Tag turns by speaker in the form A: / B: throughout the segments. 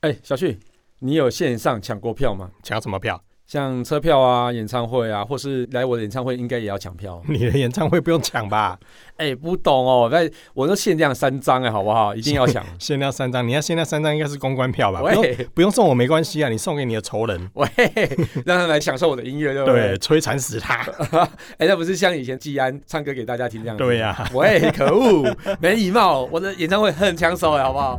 A: 哎、小旭，你有线上抢过票吗？
B: 抢什么票？
A: 像车票啊、演唱会啊，或是来我的演唱会，应该也要抢票哦。
B: 你的演唱会不用抢吧？
A: 哎、不懂哦，那我都限量三张哎，好不好？一定要抢。
B: 限量三张，你要限量三张应该是公关票吧？不用
A: 喂
B: 不用送我没关系啊，你送给你的仇人，
A: 喂，让他来享受我的音乐，对不
B: 对，
A: 对？
B: 摧残死他。
A: 哎、那不是像以前季安唱歌给大家听这样子？
B: 对呀、
A: 喂，可恶，没礼貌！我的演唱会很抢手哎，好不好？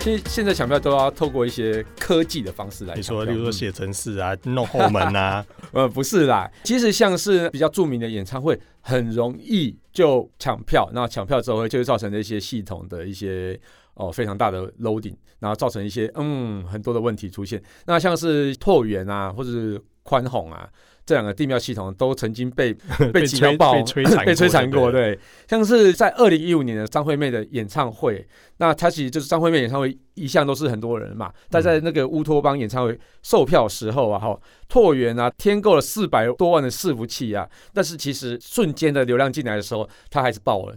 A: 其实现在抢票都要透过一些科技的方式来
B: 你
A: 抢
B: 说，
A: 票。
B: 例如说
A: 嗯
B: 写程式啊，弄后门 啊，
A: 呃，不是啦，其实像是比较著名的演唱会，很容易就抢票，那抢票之后就会造成一些系统的一些哦非常大的 loading，然后造成一些嗯很多的问题出现。那像是拓元啊，或者是宽宏啊。这两个地庙系统都曾经 被被挤到
B: 摧
A: 爆
B: 被摧残
A: 被摧残过，
B: 过的。
A: 对，像是在二零一五年的张惠妹的演唱会，那她其实就是张惠妹演唱会一向都是很多人嘛，但在那个乌托邦演唱会售票时候啊，哈，拓元啊添购了四百多万的伺服器啊，但是其实瞬间的流量进来的时候，它还是爆了。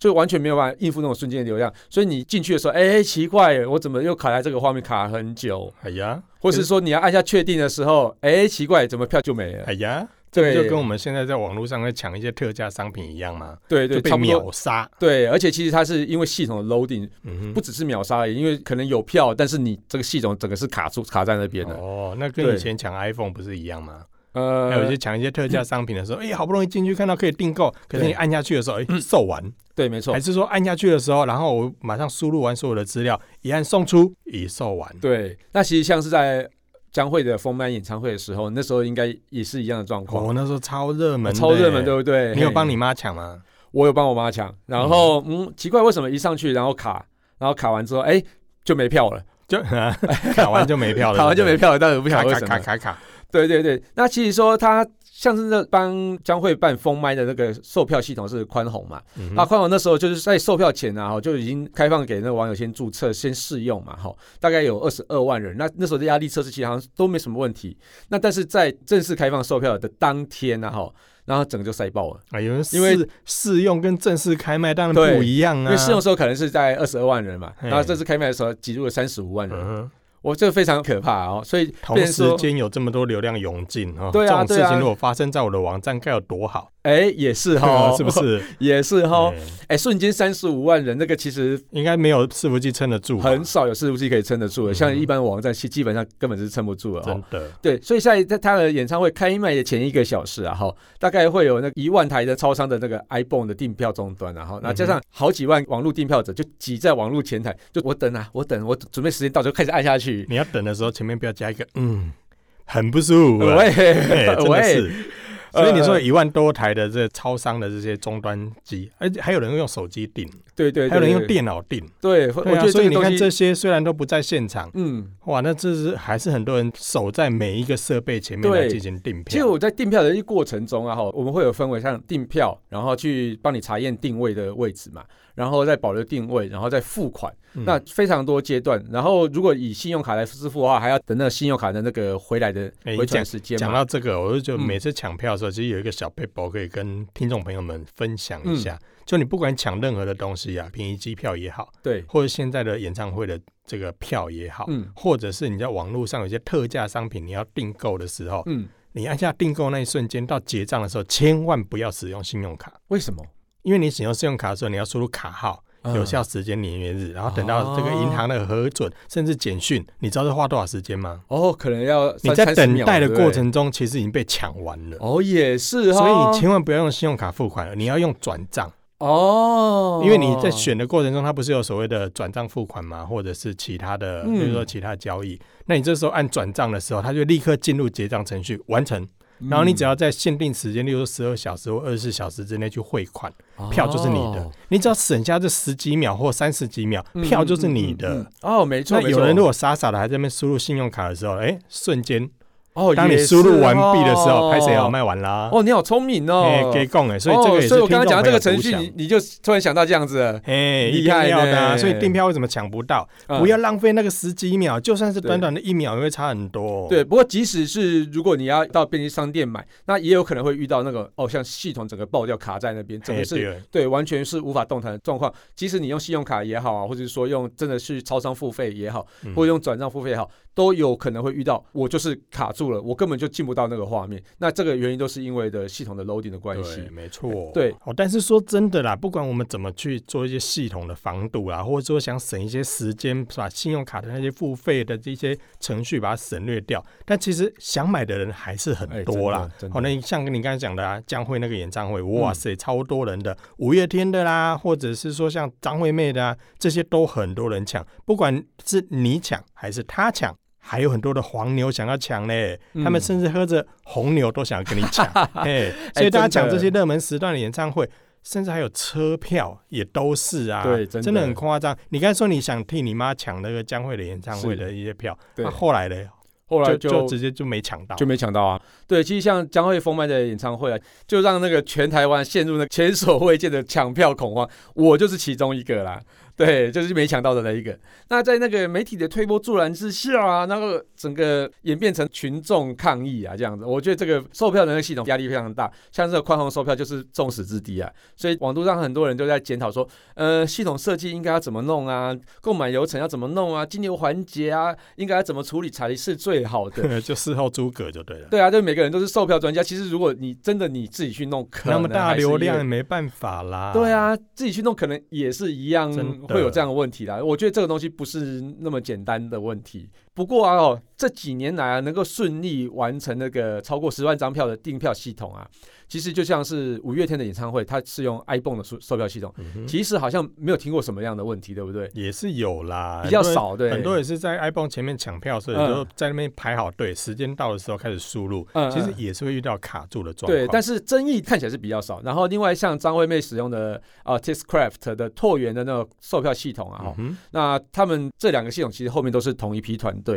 A: 就完全没有办法应付那种瞬间的流量，所以你进去的时候，哎、奇怪，我怎么又卡在这个画面卡很久？
B: 哎呀，
A: 或是说你要按下确定的时候，哎、奇怪，怎么票就没了？
B: 哎呀，这
A: 对，
B: 不就跟我们现在在网络上会抢一些特价商品一样吗？
A: 对
B: 就
A: 对，
B: 被
A: 差不多
B: 秒杀。
A: 对，而且其实它是因为系统的 loading，
B: 嗯
A: 不只是秒杀而已，因为可能有票，但是你这个系统整个是卡住卡在那边
B: 哼，
A: 的。
B: 哦，那跟
A: 对
B: 以前抢 iPhone 不是一样吗？还有
A: 呃
B: 一些，抢一些特价商品的时候，哎，好不容易进去看到可以订购，可是
A: 对嗯
B: 你按下去的时候，哎，售完，
A: 对，没错
B: 还，是说按下去的时候，然后我马上输入完所有的资料，一按送出，已售完。
A: 对。那其实像是在江蕙的封麦演唱会的时候，那时候应该也是一样的状况，
B: 哦，那时候超热门，
A: 超热门，对。不对？
B: 你有
A: 嘿
B: 帮你？妈抢吗？
A: 我有帮我妈抢，然后嗯，奇怪，为什么一上去然后卡，然后卡完之后，哎，就没票了，
B: 就 卡完就没票 了，
A: 卡完就没票了，但是不
B: 对
A: 晓得
B: 不
A: 为
B: 对，
A: 什么
B: 卡卡卡卡。
A: 对对对，那其实说他像是那帮将会办封麦的那个售票系统是宽宏嘛，
B: 嗯
A: 那
B: 哼
A: 宽宏那时候就是在售票前啊，哈就已经开放给那个网友先注册、先试用嘛，哈，大概有二十二万人。那那时候的压力测试其实好像都没什么问题。那但是在正式开放售票的当天啊，哈，然后整个就塞爆了，
B: 啊，有人
A: 因为
B: 试试用跟正式开卖当然不一样啊，
A: 因为试用的时候可能是在二十二万人嘛，
B: 嘿
A: 然后正式开卖的时候挤入了三十五万人，
B: 嗯哼
A: 我这个非常可怕哦，所以
B: 同
A: 变成
B: 时
A: 说
B: 间有这么多流量涌进哦，
A: 对啊对
B: 这种事
A: 啊
B: 情如果发生在我的网站，该有多好，，
A: 哎也是哈
B: 是 不？是？
A: 也是哈，
B: 哎
A: 哎瞬间三十五万人，那个其实
B: 应该没有伺服器撑得住吧，哦
A: 很少有伺服器可以撑得住的，
B: 嗯
A: 像一般网站其基本上根本是撑不住了、
B: 真
A: 哦。
B: 的。
A: 对，所以在在他的演唱会开卖的前一个小时啊，哈，大概会有那一万台的超商的那个 iPhone 的订票终端、啊，然
B: 嗯
A: 后那加上好几万网络订票者就挤在网络前台，就我等啊，我等，我准备时间到就开始按下去。
B: 你要等的时候，前面不要加一个嗯，很不舒服、啊。
A: 喂
B: 哎真的
A: 喂，
B: 是。
A: 呃
B: 所以你说有一万多台的这超商的这些终端机，而且还有人用手机订，
A: 对对，对
B: 还有人用
A: 对
B: 电脑订。
A: 对，我我
B: 对
A: 觉
B: 啊，
A: 得
B: 所以
A: 这个
B: 你
A: 东
B: 看这
A: 西，
B: 些虽然都不在现场，
A: 嗯，
B: 哇，那这是还是很多人守在每一个设备前面
A: 对
B: 来进行订
A: 其实
B: 票。
A: 我在订票的一过程中啊，哈，我们会有分为像订票，然后去帮你查验定位的位置嘛，然后再保留定位，然后再付款。
B: 嗯
A: 那非常多阶段。然后如果以信用卡来支付的话，还要等那个信用卡的那个回来的
B: 哎
A: 回转时间
B: 讲
A: 嘛。
B: 到这个，我就觉得
A: 嗯
B: 每次抢票的时候，其实有一个小 paper 可以跟听众朋友们分享一下。
A: 嗯
B: 就你不管抢任何的东西啊，便宜机票也好，
A: 对，
B: 或者现在的演唱会的这个票也好，
A: 嗯
B: 或者是你在网络上有些特价商品，你要订购的时候，
A: 嗯，
B: 你按下订购那一瞬间到结账的时候，千万不要使用信用卡，
A: 为什么？
B: 因为你使用信用卡的时候，你要输入卡号、
A: 嗯
B: 有效时间、年月日，然后等到这个
A: 哦
B: 银行的核准，甚至简讯，你知道这花多少时间吗？
A: 哦，可能要
B: 你
A: 三
B: 在等待的过。
A: 30秒对
B: 程中，其实已经被抢完
A: 不
B: 了
A: 对。哦，也是哈。
B: 所以你千万不要用信用卡付款了，你要用转账，
A: 哦，
B: 因为你在选的过程中，它不是有所谓的转账付款嘛，或者是其他的，
A: 嗯嗯
B: 比如说其他交易。那你这时候按转账的时候，它就立刻进入结账程序，完成。然后你只要在限定时间，例如十二小时或二十四小时之内去汇款，票就是你的
A: 哦。
B: 你只要省下这十几秒或三十几秒，
A: 嗯
B: 票就是
A: 嗯
B: 你
A: 嗯
B: 的
A: 嗯。哦，没错，
B: 那
A: 没
B: 有
A: 错
B: 人如果傻傻的还在那边输入信用卡的时候，哎，瞬间
A: 哦，
B: 当你
A: 也是
B: 输入完毕的时候，
A: 哦
B: 拍谁好卖完啦？
A: 哦，你好聪明
B: 哎
A: 哦，，
B: 给供哎，所以这个也
A: 哦，所
B: 是
A: 以我刚
B: 听
A: 刚
B: 众
A: 讲到这个
B: 朋
A: 程
B: 友独
A: 序，
B: 享
A: 你你就突然想到这样子了，
B: 哎，
A: 厉
B: 一定
A: 害
B: 要的啊，
A: 呢
B: 所以订票为什么抢不到？
A: 嗯
B: 不要浪费那个十几秒，就算是短短的一秒，也会差很多。
A: 对，，不过即使是如果你要到便利商店买，那也有可能会遇到那个哦，像系统整个爆掉卡在那边，整
B: 哎
A: 个是
B: 对
A: 对完全是无法动弹的状况。即使你用信用卡也好啊，或者是说用真的去超商付费也好，
B: 嗯
A: 或者用转账付费也好，都有可能会遇到我就是卡住了，我根本就进不到那个画面。那这个原因都是因为的系统的 loading 的关系
B: 对，。没错，
A: 对
B: 哦。但是说真的啦，不管我们怎么去做一些系统的防堵啊，或者说想省一些时间，把信用卡的那些付费的这些程序把它省略掉，但其实想买的人还是很多啦
A: 哎。
B: 哦
A: 真的真的
B: 好、那你像你刚才讲的啊，江惠那个演唱会，哇塞，超多人的，五月天的啦，或者是说像张惠妹的啊，这些都很多人抢，不管是你抢还是他抢。还有很多的黄牛想要抢嘞，
A: 嗯
B: 他们甚至喝着红牛都想要跟你 抢，哎，所以大家讲这些热门时段的演唱会，甚至还有车票也都是啊，
A: 对真
B: 真
A: 的
B: 很夸张。你刚才说你想替你妈抢那个江蕙的演唱会的一些票，
A: 对
B: 那、，后来呢？
A: 后来
B: 就就直接就没抢到，
A: 就没抢到啊。对，其实像江蕙封麦的演唱会啊，就让那个全台湾陷入那个前所未见的抢票恐慌，我就是其中一个啦。对，就是没抢到的那一个。那在那个媒体的推波助澜之下啊，那个整个演变成群众抗议啊，这样子。我觉得这个售票的那个系统压力非常大，像这个宽宏售票就是众矢之的啊。所以网络上很多人都在检讨说，呃，系统设计应该要怎么弄啊？购买流程要怎么弄啊？金流环节啊，应该要怎么处理才是最好的？
B: 就事后诸葛就对了。
A: 对啊，就每个人都是售票专家。其实如果你真的你自己去弄，可
B: 那
A: 能
B: 么大
A: 还是
B: 流
A: 一样
B: 量也。没办法啦。
A: 对，啊，自己去弄可能也是一样
B: 真的
A: 会有这样的问题啦。我觉得这个东西不是那么简单的问题。不过啊、哦，这几年来啊，能够顺利完成那个超过十万张票的订票系统啊，其实就像是五月天的演唱会，它是用 iPhone 的售售票系统，
B: 嗯哼
A: 其实好像没有听过什么样的问题，对不对？
B: 也是有啦，
A: 比较
B: 很多人。
A: 少，对，
B: 很多也是在 iPhone 前面抢票，所以
A: 嗯
B: 就在那边排好队，时间到的时候开始输入，
A: 嗯
B: 其实
A: 嗯
B: 也是会遇到卡住的状况。
A: 对，但是争议看起来是比较少。然后另外像张惠妹使用的啊、t i s c r a f t 的拓元的那个售票系统啊，
B: 嗯
A: 哈
B: 哼
A: 那他们这两个系统其实后面都是同一批团队。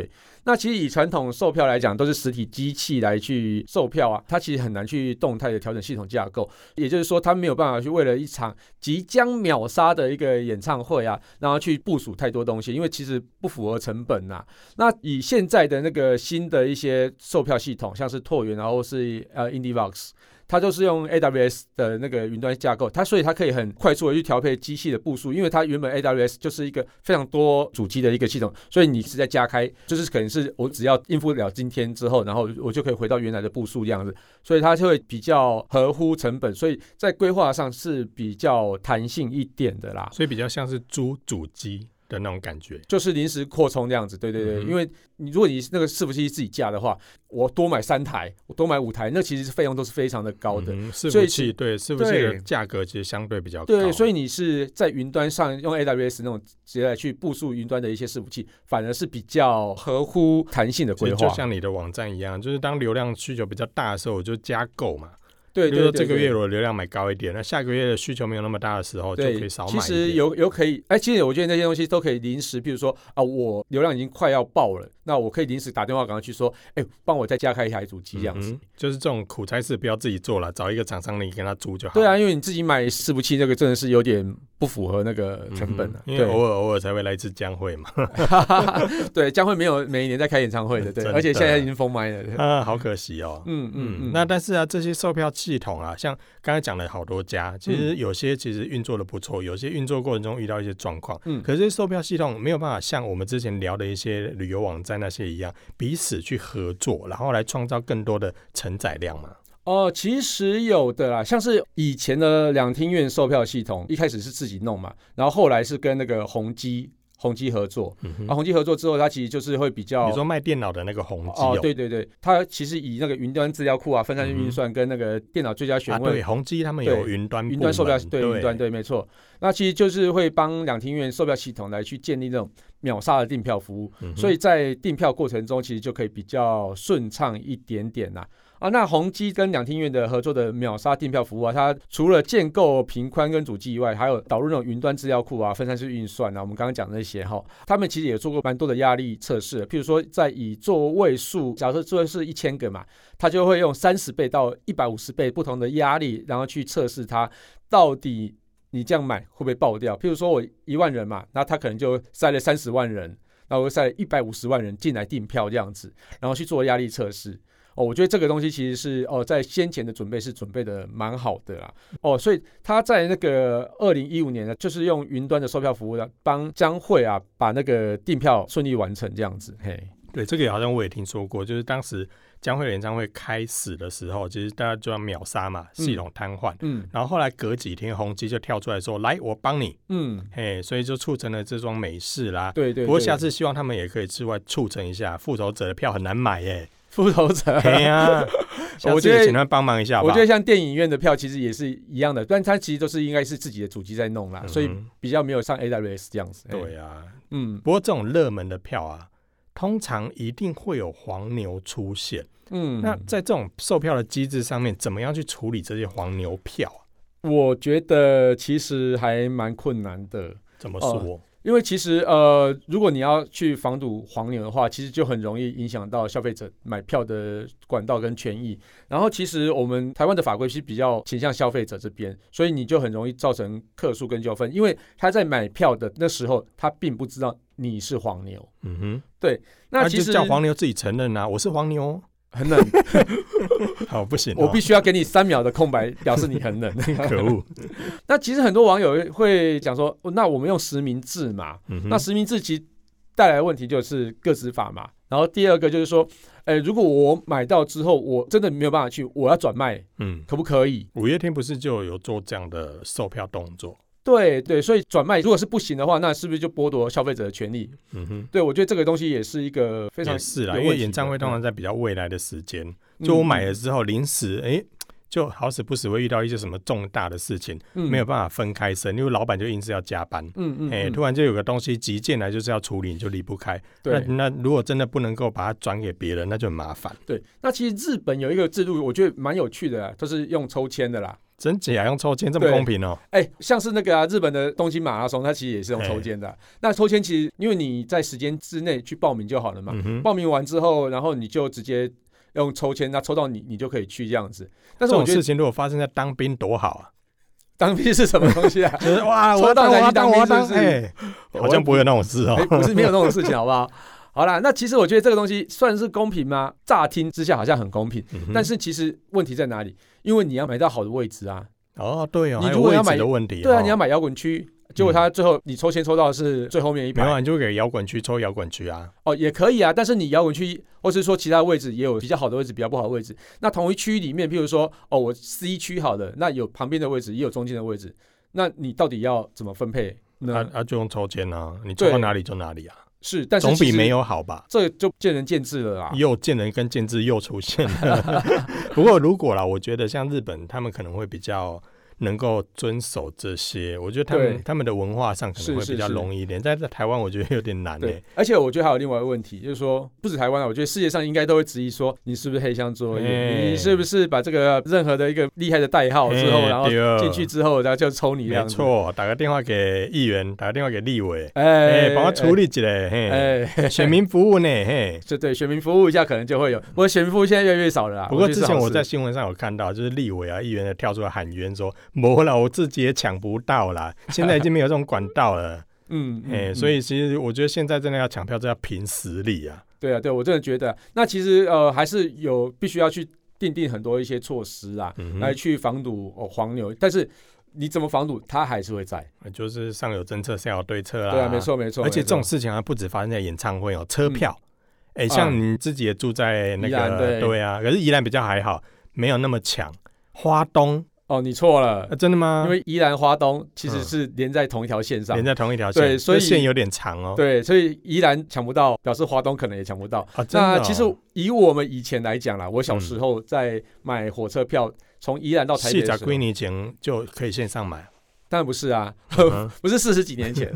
A: 那其实以传统售票来讲，都是实体机器来去售票啊，它其实很难去动态的调整系统架构。也就是说，它没有办法去为了一场即将秒杀的一个演唱会啊，然后去部署太多东西，因为其实不符合成本啊呐、那以现在的那个新的一些售票系统，像是拓元，然后是呃 IndieVox。它就是用 AWS 的那个云端架构，它所以它可以很快速的去调配机器的步数，因为它原本 AWS 就是一个非常多主机的一个系统，所以你是在加开，就是可能是我只要应付了今天之后，然后我就可以回到原来的步数这样子，所以它就会比较合乎成本，所以在规划上是比较弹性一点的啦。
B: 所以比较像是租主机的那种感觉。
A: 就是临时扩充这样子，对对对，
B: 嗯哼
A: 因为你如果你那个伺服器自己架的话，我多买三台，我多买五台，那其实费用都是非常的高的。
B: 嗯哼伺
A: 所
B: 服
A: 以
B: 器
A: 其
B: 对伺服器
A: 对
B: 的价格其实相对比较高，
A: 对，所
B: 以
A: 以你是在云端上用 AWS 那种直接来去部署云端的一些伺服器，反而是比较合乎弹性的规
B: 就
A: 划。
B: 像你的网站一样，就是当流量需求比较大的时候，我就加购嘛。
A: 对
B: 比
A: 对对，
B: 如说这个
A: 对
B: 月我流量买高一点，那下个月的需求没有那么大的时候，就
A: 对，
B: 可以少买
A: 其
B: 一
A: 实
B: 点。
A: 有有可以，哎，其实我觉得那些东西都可以临时，比如说啊，我流量已经快要爆了，那我可以临时打电话赶快去说，哎，帮我再加开一台主机这样子。
B: 嗯哼就是这种苦差事不要自己做了，找一个厂商你跟他租就好。
A: 对啊，因为你自己买伺服器这个真的是有点不符合那个
B: 嗯哼，
A: 成本啊了、
B: 因为偶尔偶尔才会来一次江 会嘛，
A: 对，对，将会没有每一年在开演唱会的，对，
B: 真的
A: 而且现在已经封麦 了。对
B: 啊，好可惜哦。
A: 嗯嗯
B: 嗯
A: 嗯，，
B: 那但是啊，这些售票系统啊，像刚才讲了好多家，其
A: 嗯
B: 实有些其实运作的不错，有些运作过程中遇到一些状况，
A: 嗯
B: 可是售票系统没有办法像我们之前聊的一些旅游网站那些一样，彼此去合作，然后来创造更多的承载量嘛。
A: 哦，其实有的啦，像是以前的两厅院售票系统，一开始是自己弄嘛，然后后来是跟那个宏基宏基合作，
B: 嗯哼
A: 啊，宏基合作之后，它其实就是会比较
B: 你说卖电脑的那个宏基
A: 哦，对对对，它其实以那个云端资料库啊、分散式
B: 嗯
A: 运
B: 哼
A: 算跟那个电脑最佳选
B: 啊，
A: 位
B: 对，宏基他们有
A: 对
B: 云端
A: 云端售
B: 部
A: 票
B: 门
A: 对云端，对，没错。那其实就是会帮两厅院售票系统来去建立这种秒杀的订票服务，
B: 嗯哼
A: 所以在订票过程中其实就可以比较顺畅一点点啦、啊。那宏基跟两厅院的合作的秒杀订票服务啊，它除了建构频宽跟主机以外，还有导入那种云端资料库啊、分散式运算啊，我们刚刚讲的那些哈，他们其实也做过蛮多的压力测试，譬如说在以座位数，假设座位是一千个嘛，它就会用三十倍到一百五十倍不同的压力，然后去测试它到底你这样买会不会爆掉？譬如说我一万人嘛，那他可能就塞了三十万人，那我塞一百五十万人进来订票这样子，然后去做压力测试。哦，我觉得这个东西其实是哦，在先前的准备是准备的蛮好的啦。哦，所以他在那个二零一五年呢，就是用云端的售票服务呢，帮江会啊把那个订票顺利完成这样子。嘿，
B: 对，这个好像我也听说过，就是当时江惠演唱会开始的时候，其实大家就要秒杀嘛，系统瘫痪。
A: 嗯
B: 然后后来隔几天，宏基就跳出来说：“来，我帮你。
A: 嗯”，
B: 嘿，所以就促成了这桩美事啦。
A: 对对
B: 不过
A: 对
B: 下次希望他们也可以之外促成一下，复仇者的票很难买 耶。
A: 复仇 者，
B: 嘿 呀，下
A: 我
B: 次
A: 觉
B: 也
A: 得
B: 请他们帮忙一下好不
A: 我
B: 好
A: 觉得像电影院的票其实也是一样的，但它其实都是应该是自己的主机在弄啦，
B: 嗯
A: 所以比较没有像 AWS 这样子。哎，
B: 对啊，
A: 嗯
B: 不过这种热门的票啊，通常一定会有黄牛出现。
A: 嗯，
B: 那在这种售票的机制上面，怎么样去处理这些黄牛票啊？
A: 我觉得其实还蛮困难的。
B: 怎么说？
A: 因为其实呃，如果你要去防堵黄牛的话，其实就很容易影响到消费者买票的管道跟权益。然后其实我们台湾的法规是比较倾向消费者这边，所以你就很容易造成客诉跟纠纷，因为他在买票的那时候，他并不知道你是黄牛。
B: 嗯哼，
A: 那
B: 啊
A: 其
B: 就
A: 实
B: 叫黄牛自己承认啊，我是黄牛哦。
A: 很冷，
B: 好，不行 哦、
A: 我必须要给你三秒的空白，表示你很 冷。
B: 可恶。
A: 那其实很多网友会讲说，哦那我们用实名制嘛，
B: 嗯哼
A: 那实名制其实带来的问题就是个执法嘛，然后第二个就是说，诶，如果我买到之后，我真的没有办法去，我要转卖，
B: 嗯，
A: 可不可以？
B: 五月天不是就有做这样的售票动作？
A: 对对，所以转卖如果是不行的话，那是不是就剥夺消费者的权利？
B: 嗯哼，
A: 对我觉得这个东西也是一个非常
B: 也是啦，
A: 有
B: 因为
A: 问题
B: 演唱会
A: 的嗯
B: 通常在比较未来的时间，就我买了，之后临时哎。诶就好死不死会遇到一些什么重大的事情，
A: 嗯
B: 没有，办法分开身，因为老板就硬是要加班，
A: 嗯嗯，
B: 哎、
A: 嗯
B: 突然就有个东西急进来，就是要处理，你就离不开。那
A: 对
B: 那如果真的不能够把它转给别人，那就很麻烦。
A: 对。那其实日本有一个制度，我觉得蛮有趣的啦，就是用抽签的啦。
B: 真假用抽签这么
A: 对
B: 公平哦、
A: 哎，像是那个啊，日本的东京马拉松，它其实也是用抽签的啊、那抽签其实因为你在时间之内去报名就好了嘛，
B: 嗯哼，
A: 报名完之后，然后你就直接用抽签，那抽到你，你就可以去这样子。但
B: 这
A: 是我
B: 种
A: 觉得
B: 事情如果发生在当兵多好啊！？
A: 当兵是什么东西啊
B: 就是哇，
A: 抽
B: 我要
A: 到
B: 当，我
A: 才
B: 要
A: 去
B: 当，
A: 当
B: 我
A: 兵
B: 要当，
A: 是不是
B: 哎，好像不会有那种事
A: 哎
B: 哦。
A: 不是没有那种事情，好不好？好啦，那其实我觉得这个东西算是公平吗？乍听之下好像很公平，
B: 嗯哼
A: 但是其实问题在哪里？因为你要买到好的位置啊，
B: 哦，对哦，
A: 你
B: 还有
A: 如果
B: 位
A: 要
B: 置
A: 买
B: 的问题哦，
A: 对啊，你要买摇滚区，结果他最后你抽签抽到的是最后面一
B: 嗯没有
A: 排，
B: 啊，你就给摇滚区抽摇滚区啊。
A: 哦，也可以啊，但是你摇滚区或是说其他位置也有比较好的位置，比较不好的位置。那同一区里面，譬如说哦，我 C 区好了，那有旁边的位置，也有中间的位置，那你到底要怎么分配呢？
B: 啊啊，就用抽签啊，你抽到
A: 对
B: 哪里就哪里啊，
A: 是，但是
B: 总
A: 其
B: 比
A: 实啊
B: 没有好吧？
A: 这就见仁见智了啦。
B: 又见人跟见智又出现 了。不过如果啦，我觉得像日本，他们可能会比较能够遵守这些，我觉得他
A: 对
B: 们他们的文化上可能
A: 是
B: 会
A: 是
B: 比较
A: 是
B: 容易一点，但在台湾我觉得有点难欸
A: 对
B: 嘞。，
A: 而且我觉得还有另外一个问题，就是说，不止台湾啊，我觉得世界上应该都会质疑说，你是不是黑箱作业？
B: 哎
A: 你是不是把这个任何的一个厉害的代号之后，
B: 哎
A: 然后
B: 对哦
A: 进去之后，然后就抽你这
B: 没
A: 样子？，
B: 错，打个电话给议员，打个电话给立委，
A: 哎
B: 哎，，帮我处理起来，嘿，
A: 哎， 哎，
B: 选民服务呢，嘿。
A: 就对选民服务一下可能就会有，不过选民服务现在越来越少了啦。
B: 嗯不过
A: 觉得
B: 之
A: 是
B: 前
A: 好
B: 我
A: 事
B: 在新闻上有看到，就是立委啊、议员的跳出来喊冤说：“没了，我自己也抢不到 啦，现在已经没有这种管道了。
A: 嗯”，
B: 哎、
A: 嗯
B: 所以其实我觉得现在真的要抢票，这要凭实力啊。
A: 对啊，对我真的觉得，那其实呃还是有必须要去定定很多一些措施啊，
B: 嗯
A: 来去防堵哦黄牛，但是你怎么防堵，它还是会在。
B: 哼，嗯就是上有政策，下有对策啦。
A: 对啊，没。错没错，
B: 而且
A: 没
B: 这
A: 错
B: 种事情还不止发生在演唱会哦，车
A: 嗯
B: 票，哎、
A: 啊
B: 像你自己也住在那
A: 宜兰
B: 个，
A: 对
B: 对啊，可是宜兰比较还好，没有那么强。花东、
A: 哦你错了
B: 啊，，真的吗？
A: 因为宜兰花东其实
B: 嗯
A: 是连在同一条线上
B: 连。在同一条线，
A: 对
B: 这
A: 所以
B: 线有点长哦。
A: 对，所以宜兰抢不到，表示华东可能也抢不到。
B: 啊，真的哦嗯
A: 那其实以我们以前来讲啦，我小时候在买火车票从宜兰到台北
B: 细
A: 的
B: 仔
A: 时候
B: 归，你前就可以线上买。
A: 当然不是啊，
B: 嗯
A: 不是四十几年前，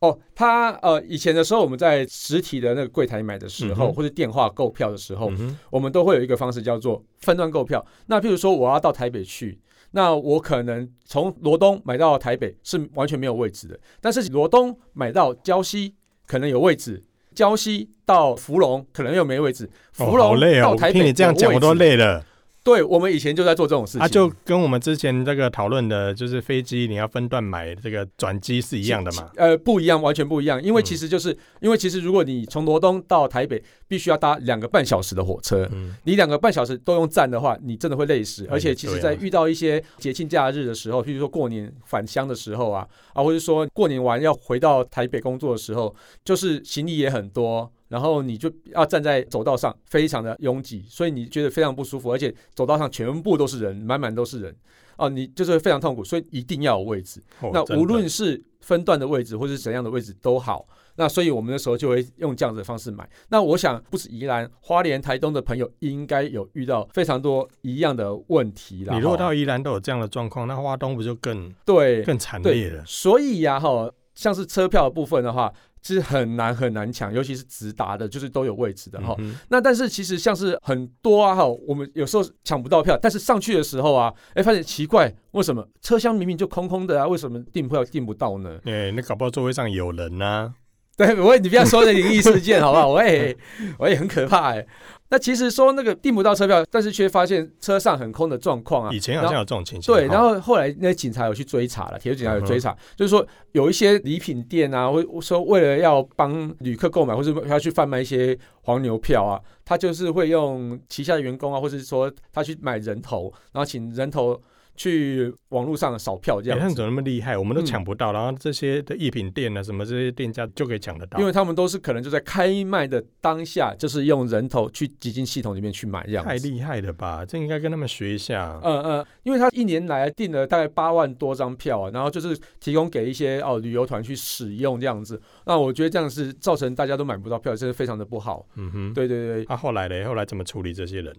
A: 哦，他呃，以前的时候我们在实体的那个柜台买的时候，
B: 嗯哼
A: 或者电话购票的时候，
B: 嗯哼
A: 我们都会有一个方式叫做分段购票。那譬如说我要到台北去，那我可能从罗东买到台北是完全没有位置的，但是罗东买到礁溪可能有位置，礁溪到福隆可能又没位置，
B: 哦
A: 福
B: 好
A: 隆
B: 累哦！
A: 到
B: 我
A: 台北、
B: 听你这样讲，我都。累了。
A: 对，我们以前就在做这种事情，
B: 啊，就跟我们之前这个讨论的，就是飞机你要分段买这个转机是一样的嘛？
A: 呃，不一样，完全不一样。因为
B: 嗯
A: 其实就是、因为其实如果你从罗东到台北，必须要搭两个半小时的火车。
B: 嗯，
A: 你两个半小时都用站的话，你真的会累死。
B: 哎
A: 而且，其实，
B: 对
A: 在
B: 啊
A: 遇到一些节庆假日的时候，譬如说过年返乡的时候啊，啊，或者说过年完要回到台北工作的时候，就是行李也很多，然后你就要站在走道上，非常的拥挤，所以你觉得非常不舒服，而且走道上全部都是人，满满都是人，哦、你就是非常痛苦，所以一定要有位置。
B: 哦
A: 那
B: 真的
A: 无论是分段的位置或是怎样的位置都好，那所以我们那时候就会用这样子的方式买。那我想不止宜兰、花莲、台东的朋友应该有遇到非常多一样的问题啦。
B: 你如果
A: 哈
B: 到宜兰都有这样的状况，那花东不就更
A: 对
B: 更惨烈
A: 对
B: 了，？
A: 所以呀、哈，像是车票的部分的话，其实很难很难抢，尤其是直达的，就是都有位置的哈。
B: 嗯哼
A: 那但是其实像是很多啊哈，我们有时候抢不到票，但是上去的时候啊，哎发现奇怪，为什么车厢明明就空空的啊，为什么订票订不到呢？
B: 哎、那搞不好座位上有人啊呐、
A: 对，我也你不要说这灵异事件好不好？我也我也很可怕哎、那其实说那个订不到车票，但是却发现车上很空的状况啊。
B: 以前好像有这种情形。
A: 对，然
B: 哦
A: 后后来那些警察有去追查了，铁路警察有
B: 嗯哼
A: 追查，就是说有一些礼品店啊，或或说为了要帮旅客购买，或是要去贩卖一些黄牛票啊，他就是会用旗下的员工啊，或是说他去买人头，然后请人头去网络上扫票这
B: 哎
A: 样
B: 他们
A: 子。
B: 怎么那么厉害？我们都
A: 嗯
B: 抢不到，然后这些的艺品店啊，什么这些店家就可以抢得到
A: 因。为他们都是可能就在开卖的当下，就是用人头去挤进系统里面去买这样
B: 太
A: 子。
B: 厉害了吧！这应该跟他们学一下。
A: 嗯嗯，因为他一年来订了大概八万多张票啊，然后就是提供给一些哦旅游团去使用这样子。那我觉得这样是造成大家都买不到票，这是非常的不好。
B: 嗯哼，。
A: 对对对，
B: 啊，后来嘞，后来怎么处理这些人？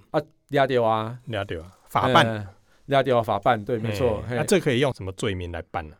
A: 压掉啊，
B: 了解吧？法办，
A: 嗯压掉啊法办，对，没错。
B: 哎
A: 嘿
B: 那、这可以用什么罪名来办啊呢、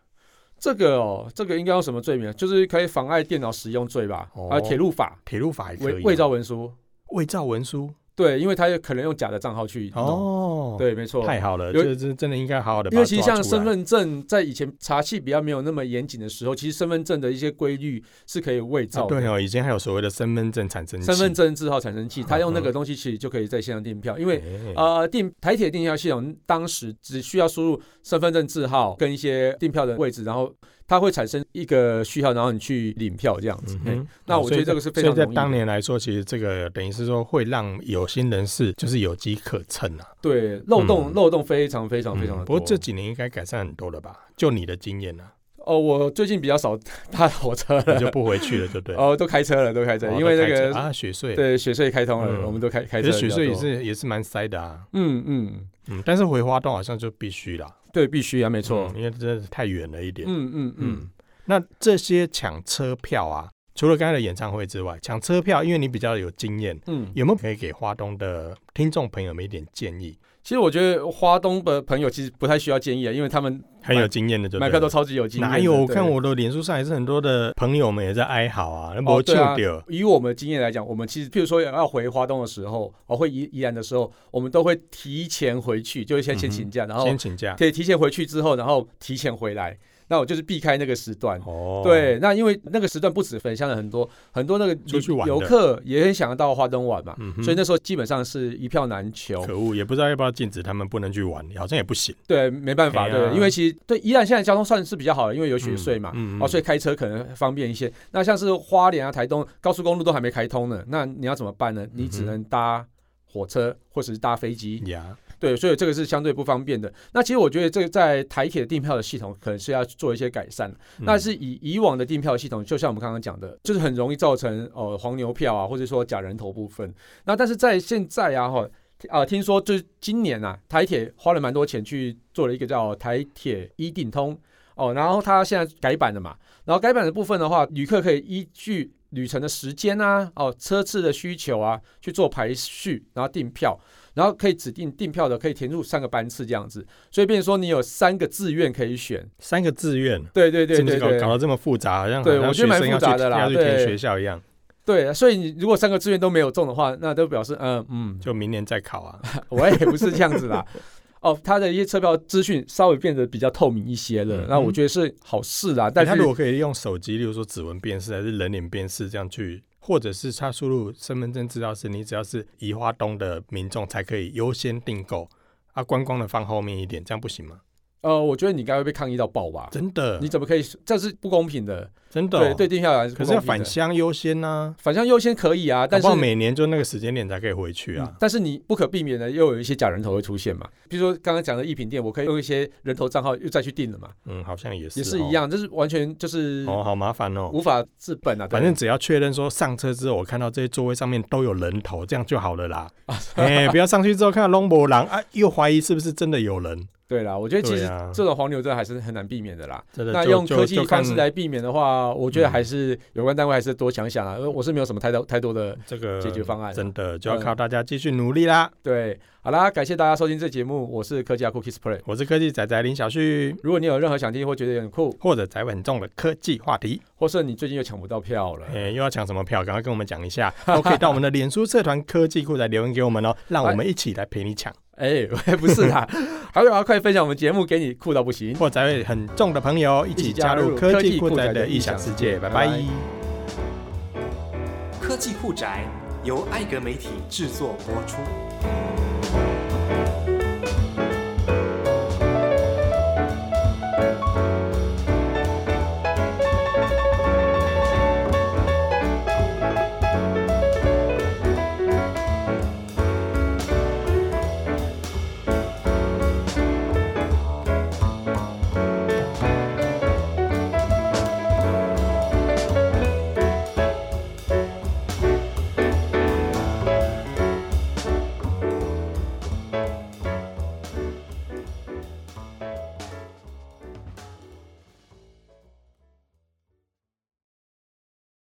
A: 这个哦，这个应该用什么罪名啊？就是可以妨碍电脑使用罪吧？
B: 哦
A: 啊，铁路法
B: 铁路法也可以
A: 伪
B: 哦、
A: 伪造文书，
B: 伪造文书
A: 对，因为他有可能用假的账号去弄。
B: 哦，，
A: 对，没错。
B: 太好了，
A: 有
B: 这这真的应该好好的。
A: 因为其实像身，份证，在以前查气比较没有那么严谨的时候，其实身份证的一些规律是可以伪
B: 啊
A: 造的。
B: 对哦，以前还有所谓的身份证产生器
A: 身份，证字号产生器，它用那
B: 嗯
A: 个东西其实就可以在线上订票，因为
B: 对啊，
A: 呃，订台铁订票系统当时只需要输入身份证字号跟一些订票的位置，然后它会产生一个序号，然后你去领票这样子
B: 嗯。
A: 嘿
B: 哼
A: 那我
B: 所
A: 觉
B: 以
A: 得这个是非常
B: 所
A: 容
B: 以在
A: 易
B: 当
A: 的
B: 年来说，其实这个呃等于是说会让有心人士就是有机可乘啊。
A: 对，漏洞
B: 嗯
A: 漏洞非常非哦常非常的多。
B: 嗯不过这几年应该改善很多了 吧？就你的经验啊，
A: 哦，我最近比较少搭火车
B: 你就
A: 了，
B: 不回去了，对不对？
A: 哦，都开车了，都开车
B: 哦，
A: 因为那
B: 都开车
A: 个
B: 啊，雪隧，，
A: 对雪隧开通
B: 嗯
A: 了，我们都开开
B: 可
A: 车。
B: 是雪隧也。是也是蛮塞的啊。
A: 嗯嗯，
B: 嗯，但是回花东好像就必须啦，
A: 对，必须啊，没错
B: 嗯。因为真的是太远了一点。
A: 嗯嗯嗯
B: 嗯，那这些抢车票啊，除了刚才的演唱会之外，抢车票，因为你比较有经验，
A: 嗯，
B: 有没有可以给花东的听众朋友们一点建议？
A: 其实我觉得花东的朋友其实不太需要建议啊，因为他们
B: 很有经验的就对了
A: 买票都超级有经验的。
B: 哪有？我
A: 对
B: 看我的脸书上也是很多的朋友们也在哀嚎啊，那没救
A: 对啊
B: 掉。
A: 以我们的经验来讲，我们其实譬如说要回花东的时候，哦，会宜宜兰的时候，我们都会提前回去，就会先
B: 嗯哼
A: 先请假，然后
B: 先请假
A: 可以提前回去之后，然后提前回来。那我就是避开那个时段。
B: 哦，
A: 对，那因为那个时段不止返乡了很多很多那个
B: 出去玩的
A: 游客也很想要到花东玩嘛，
B: 嗯哼，
A: 所以那时候基本上是一票难求。
B: 可恶，也不知道要不要禁止他们不能去玩，好像也不行。
A: 对，没办法，
B: 哎呀
A: 对，因为其实对宜兰现在交通算是比较好的，因为有雪隧嘛，
B: 嗯嗯嗯
A: 哦，所以开车可能方便一些。那像是花莲啊、台东高速公路都还没开通呢，那你要怎么办
B: 嗯
A: 呢？你只能搭火车或者是搭飞机，
B: 呀，
A: 对，所以这个是相对不方便的。那其实我觉得这个在台铁订票的系统可能是要做一些改善。那
B: 嗯
A: 是以以往的订票系统，就像我们刚刚讲的，就是很容易造成呃黄牛票啊，或者说假人头部分。那但是在现在啊，哈。啊，听说就是今年啊，台铁花了蛮多钱去做了一个叫台铁一定通哦，然后它现在改版了嘛，然后改版的部分的话，旅客可以依据旅程的时间啊，哦，车次的需求啊，去做排序，然后订票，然后可以指定订票的可以填入三个班次这样子，所以变成说你有三个志愿可以选。
B: 三个志愿，
A: 对对对
B: 是不
A: 对
B: 是搞
A: 对
B: 搞得这么复杂？好像
A: 对
B: 好像
A: 我觉得蛮
B: 学生要
A: 复杂
B: 去
A: 的啦
B: 要去填
A: 对
B: 学校一样，
A: 对，所以你如果三个志愿都没有中的话，那都表示嗯嗯，
B: 就明年再考啊。
A: 我也不是这样子啦。哦，它的一些车票资讯稍微变得比较透明一些了，
B: 嗯
A: 那我觉得是好事啦。 但
B: 但他
A: 是
B: 如果可以用手机，例如说指纹辨识还是人脸辨识这样去，或者是他输入身份证资料是你只要是宜花东的民众才可以优先订购，啊，观光的放后面一点，这样不行吗？
A: 呃，我觉得你应该会被抗议到爆吧？
B: 真的，
A: 你怎么可以？这是不公平的。
B: 真的哦、
A: 对对，定下来是不公
B: 可是
A: 平
B: 要
A: 的。
B: 返乡优先啊呢、
A: 返乡优先可以啊，
B: 但
A: 但是
B: 是每年就那个时间点才可以回去
A: 嗯
B: 啊。
A: 但是你不可避免的又有一些假人头会出现嘛，比如说刚刚讲的一品店，我可以用一些人头账号又再去订了嘛，
B: 嗯，好像也是、
A: 也是哦一。样，这是完全就是
B: 哦，好麻烦哦。
A: 无法治本啊。对
B: 反正只要确认说上车之后，我看到这些座位上面都有人头，这样就好 了啦。哎、不要上去之后看到龙博狼啊，又怀疑是不是真的有人。
A: 对啦，我觉得其
B: 对
A: 实
B: 啊
A: 这种黄牛真的还是很难避免的啦。
B: 真的
A: 那
B: 就
A: 用
B: 就
A: 科技
B: 就看
A: 方式来避免的话，我觉得
B: 嗯
A: 还是有关单位还是多想想啊，因为我是没有什么太多太多的
B: 这个
A: 解决方案啊
B: 真的就要靠大家继续努力啦。
A: 对。好啦，感谢大家收听这节目，我是科技阿酷 Kiss Play。
B: 我是科技仔仔林小旭，
A: 如果你有任何想听或觉得很酷，
B: 或者宅稳重的科技话题，
A: 或是你最近又抢不到票了，
B: 哎诶、又要抢什么票？赶快跟我们讲一下， 都可以到我们的脸书社团科技库来留言给我们 哦，让我们一起来陪你抢。
A: 哎、 不是啦，还有啊，快分享我们节目给你酷到不行。
B: 或宅位很重的朋友一起加入科技库宅的异想世界，拜
A: 拜
B: 拜
A: 拜
C: 科技酷宅由艾格媒体制作播出。